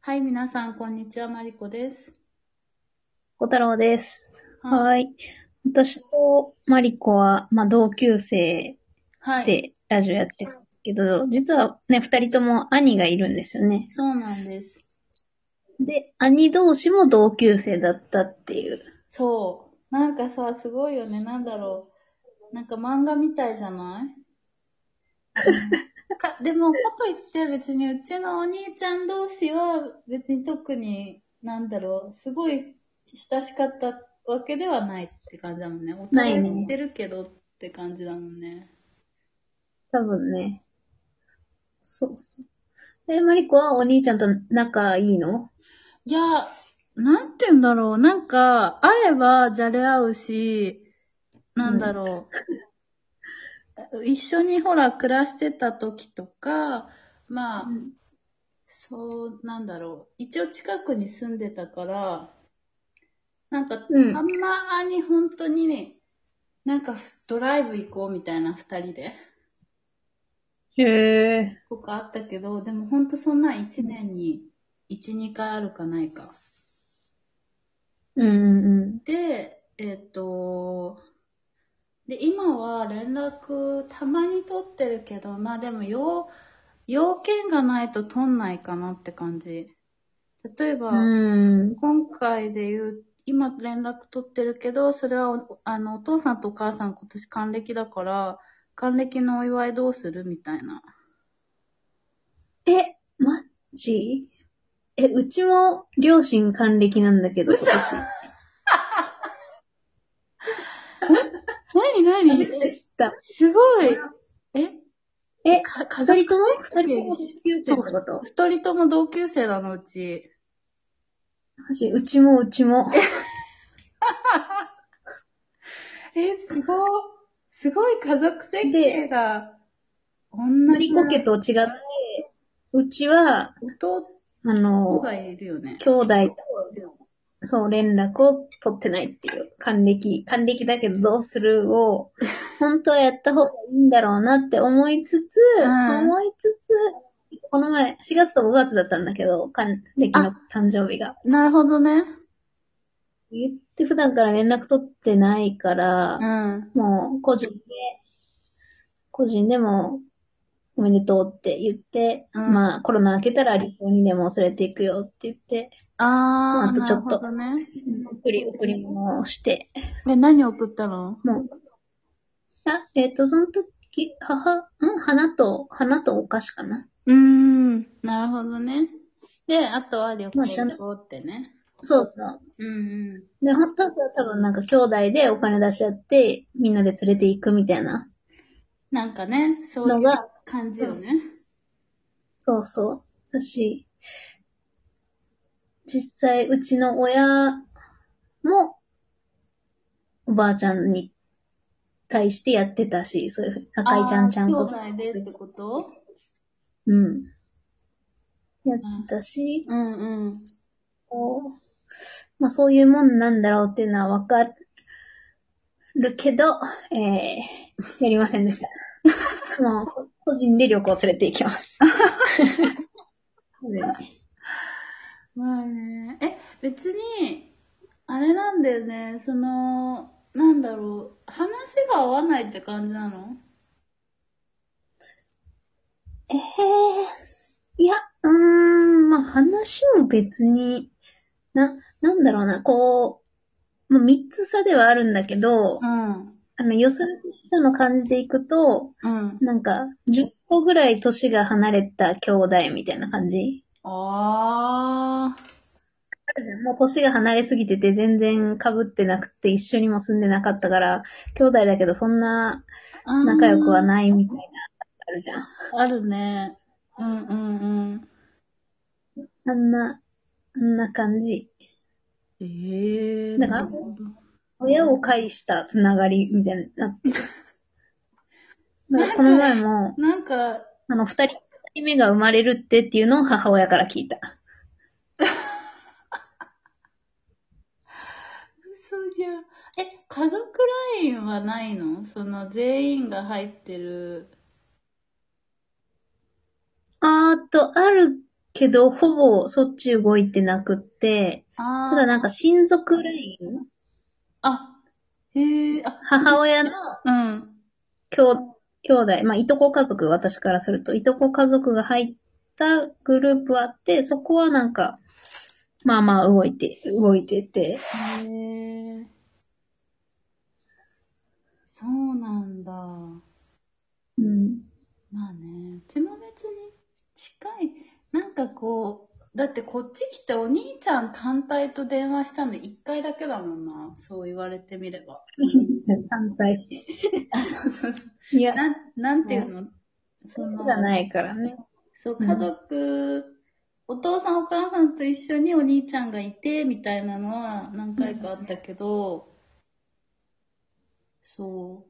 はい、皆さん、こんにちは、まりこです。小太郎です。はーい。私とマリコは、まあ、同級生はい。でラジオやってるんですけど、実はね、二人とも兄がいるんですよね。そうなんです。で、兄同士も同級生だったっていう。そう。なんかさ、すごいよね。なんだろう。なんか漫画みたいじゃない、 うんかでも、かといって別にうちのお兄ちゃん同士は別に特に、なんだろう、すごい親しかったわけではないって感じだもんね。おな互いいね知ってるけどって感じだもんね。多分ね。そうそう。で、マリコはお兄ちゃんと仲いいのいや、なんて言うんだろう。なんか、会えばじゃれ合うし、なんだろう。一緒にほら、暮らしてた時とか、まあ、そう、なんだろう。一応近くに住んでたから、なんか、うんたまに本当にね、なんかふドライブ行こうみたいな二人で、へえ。とかあったけど、でも本当そんなん一年に一、二回あるかないか。うんうんで、えっ、と、で、今は連絡たまに取ってるけど、まあでも要、要件がないと取んないかなって感じ。例えば、うん。うん。今回で言う、今連絡取ってるけど、それはお、あの、お父さんとお母さん今年還暦だから、還暦のお祝いどうするみたいな。え、マッチえ、うちも両親還暦なんだけど、今年。なになに初めて知った。すごい。ええ、か、二人とも家族二人とも同級生ってこと二人とも同級生なのうち。マジうちもうちも。え、すごい。すごい家族設計が、女マリコ家と違って、うちは、弟あの、がいるよね。兄弟と、そう、連絡を取ってないっていう、還暦、還暦だけどどうするを、本当はやった方がいいんだろうなって思いつつ、うん思いつつ、この前、4月と5月だったんだけど、還暦の誕生日が。なるほどね。言って普段から連絡取ってないから、うん。もう、個人で、個人でも、おめでとうって言って、うんまあ、コロナ明けたら旅行にでも連れて行くよって言って、あー、あとちょっなるほとどね。送り、送り物をして、え、何送ったのもう、あ、えっ、と、その時、母、ん花と、花とお菓子かな。うーん。なるほどね。で、あとは旅行まあちゃん行こうってね。そうそう。うんうん。で、本当はさ、多分なんか兄弟でお金出し合って、みんなで連れて行くみたいななんかね、そうのいうが、感じよね。そうそう。だし、実際、うちの親も、おばあちゃんに対してやってたし、そういうふうに、赤いちゃんちゃんここ。兄弟でってことうん。やってたし、うんうん。こう、まあそういうもんなんだろうっていうのはわかるけど、えー、やりません でした。もう、個人で旅行連れて行きます。 個人でまあね。え、別に、あれなんだよね、その、なんだろう、話が合わないって感じなのええいや、うーん、まあ話も別に、な、なんだろうな、こう、まあ三つ差ではあるんだけど、うん。あの、よそよそしさの感じでいくと、うん。なんか、10個ぐらい年が離れた兄弟みたいな感じ。ああるじゃんもう年が離れすぎてて全然被ってなくて一緒にも住んでなかったから、兄弟だけどそんなー。。仲良くはいないみたいな、あるじゃん。あるね。うんうんうん。あんな、あんな感じ。ええー。なんかなるほど親を介したつながりみたいになってる。 なんかこの前も、なんか、あの、二人、二人目が生まれるってっていうのを母親から聞いた。そうじゃん。え、家族ラインはないのその全員が入ってる。あーっと、あるけど、ほぼそっち動いてなくって、あただなんか親族ラインあ、へえ、あ、母親のうん。兄兄弟、まあ、いとこ家族、私からすると、いとこ家族が入ったグループはあって、そこはなんか、まあまあ動いて、動いてて、へえ。そうなんだ。うん。まあね、うちも別に近い。なんかこう、だってこっち来てお兄ちゃん単体と電話したの一回だけだもんな。そう言われてみれば。 じゃあ単体。あ、そうそうそう。いや、なん、なんていうの、そそうのじゃないからね。そう、うん家族、お父さんお母さんと一緒にお兄ちゃんがいて、みたいなのは何回かあったけど、そ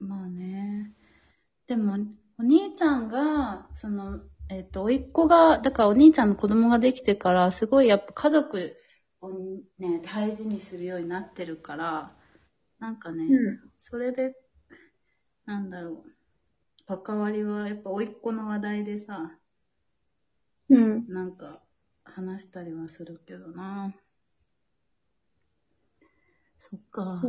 う。まあね。でも、お兄ちゃんが、その、えっ、と、甥っ子が、だからお兄ちゃんの子供ができてから、すごいやっぱ家族をね、大事にするようになってるから、なんかね、うん。それで、なんだろう。関わりは、やっぱ、甥っ子の話題でさ、うん。なんか、話したりはするけどな。そっか。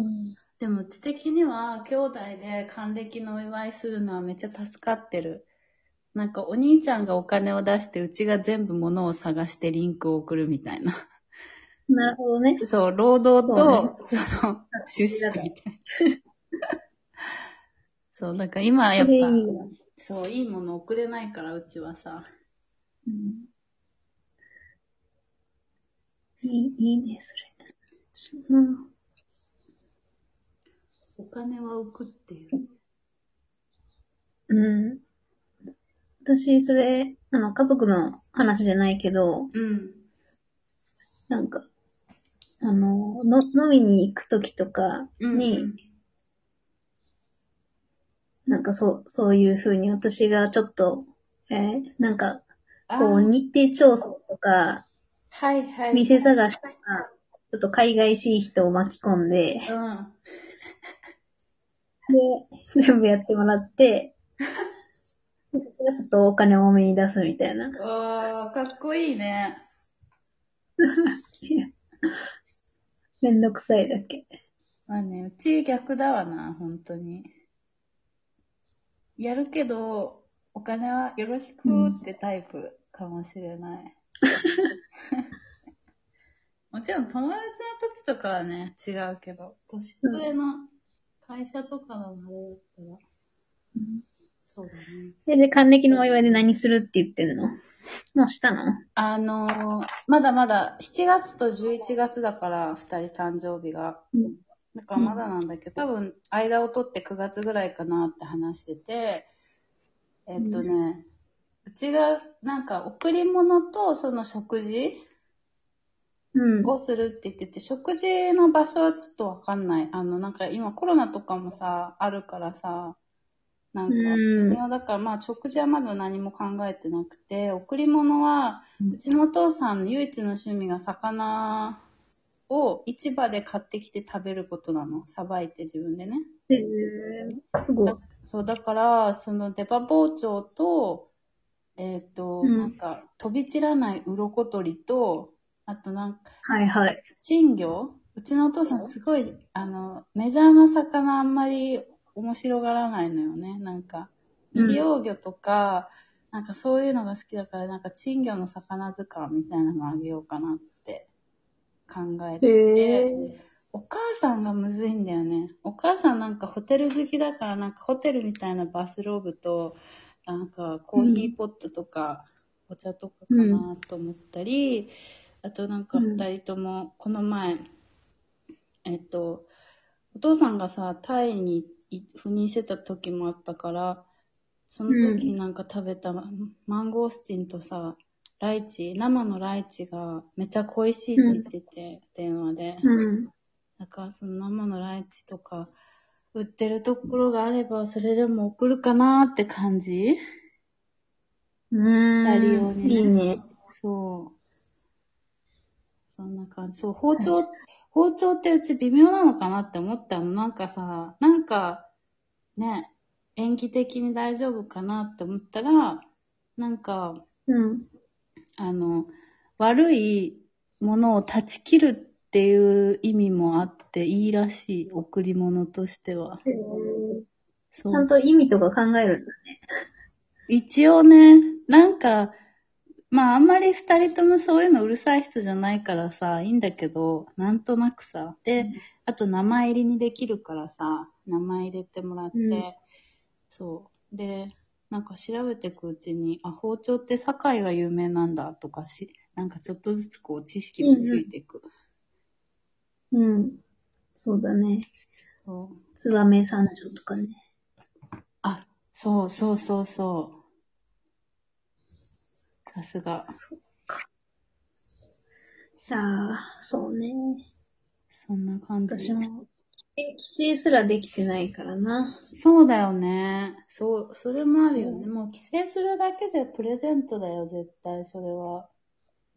でも、うち的には、兄弟で還暦のお祝いするのはめっちゃ助かってる。なんか、お兄ちゃんがお金を出して、うちが全部物を探してリンクを送るみた いな。なるほどね。そう、労働と、そ,、そ の、出社みたいな。そう、なんか今やっそれいいぱ、わそう、いいもの送れないから、うちはさ。うんいい、いいね、それ。うん。お金は送っていう。うん。私、それ、あの、家族の話じゃないけど、うん。なんか、あの、の飲みに行くときとかうん。に、なんかそう、そういう風に私がちょっと、えーなんか、あこう、ー日程調査とか、はいはい。店探しとか、ちょっと海外しい人を巻き込んで、うん。で、全部やってもらって、私がちょっとお金多めに出すみたいな。わー、かっこいいね。いやめんどくさいだけ。まあね、うち逆だわな、本当に。やるけど、お金はよろしくってタイプかもしれない。 もちろん友達の時とかはね、違うけど、年上の会社とかの方だったら、そうだね。で、で、還暦のお祝いで何するって言ってんのもうしたのあのーまだまだ7月と11月だから、2人誕生日が。うんだからまだなんだけど、多分間を取って9月ぐらいかなって話してて、えっとね、うちがなんか贈り物とその食事うん。をするって言ってて、食事の場所はちょっとわかんない。あの、なんか今コロナとかもさ、あるからさ、なんか、うん微妙だから、まあ食事はまだ何も考えてなくて、贈り物は、うんうちのお父さんの唯一の趣味が魚を市場で買ってきて食べることなの。さばいて自分でね。へーすごい。そう、だから、その出刃包丁と、えっ、と、うんなんか、飛び散らない鱗取りと、あとなんか、はいはい。珍魚うちのお父さんすごい、あの、メジャーな魚あんまり面白がらないのよね。なんか、うん医療魚とか、なんかそういうのが好きだから、なんか珍魚の魚図鑑みたいなのあげようかなって考えて。へーお母さんがむずいんだよね。お母さんなんかホテル好きだから、なんかホテルみたいなバスローブと、なんかコーヒーポットとか、お茶とかかなと思ったり、あとなんか二人とも、この前、えっと、お父さんがさ、タイにい赴任してた時もあったから、その時になんか食べたマンゴースチンとさ、ライチ、生のライチがめちゃ恋しいって言ってて、電話で。うん。なんかその生のライチとか売ってるところがあればそれでも送るかなって感じう二人ー用ん。にねいいね。そう。そんな感じ。そう、包丁、包丁ってうち微妙なのかなって思ったの。なんかさ、なんか、ね、演技的に大丈夫かなって思ったら、なんか、うん。あの、悪いものを断ち切るっていう意味もあっていいらしい、贈り物としては。そちゃんう。と意味とか考えるんだ。一応ね、なんか、まああんまり二人ともそういうのうるさい人じゃないからさ、いいんだけど、なんとなくさ。で、あと名前入りにできるからさ、名前入れてもらって、うんそう。で、なんか調べてくうちに、あ、包丁って堺が有名なんだとかし、なんかちょっとずつこう知識もついていく。うん。そうだね。そう。ツバメ三条とかね。あ、そうそうそうそう。さすが。そっか。さあ、そうね。そんな感じ。私も、え帰省すらできてないからな。そうだよね。そう、それもあるよね。もう帰省するだけでプレゼントだよ、絶対、それは。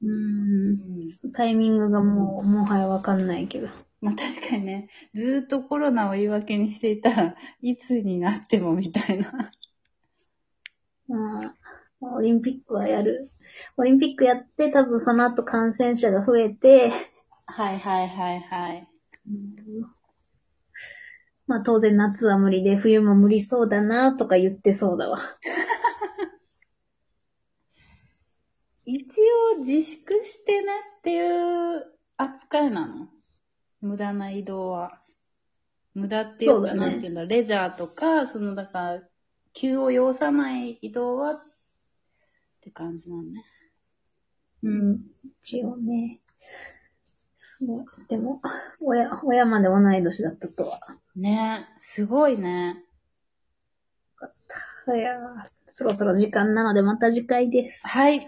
うんうんちょっとタイミングがもう、もはやわかんないけど。まあ確かにね、ずーっとコロナを言い訳にしていたら いつになってもみたいな。まあ、オリンピックはやる。オリンピックやって、多分その後感染者が増えて、はいはいはいはい。まあ当然夏は無理で、冬も無理そうだなとか言ってそうだわ。一応自粛してねっていう扱いなの無駄な移動は。無駄っていうか、そうだねなんていうんだ、レジャーとか、そのだから、急を要さない移動はって感じなのね。うん。一応ね。そう。でも、親、親まで同い年だったとは。ねすごいね。いやーそろそろ時間なのでまた次回です。はい。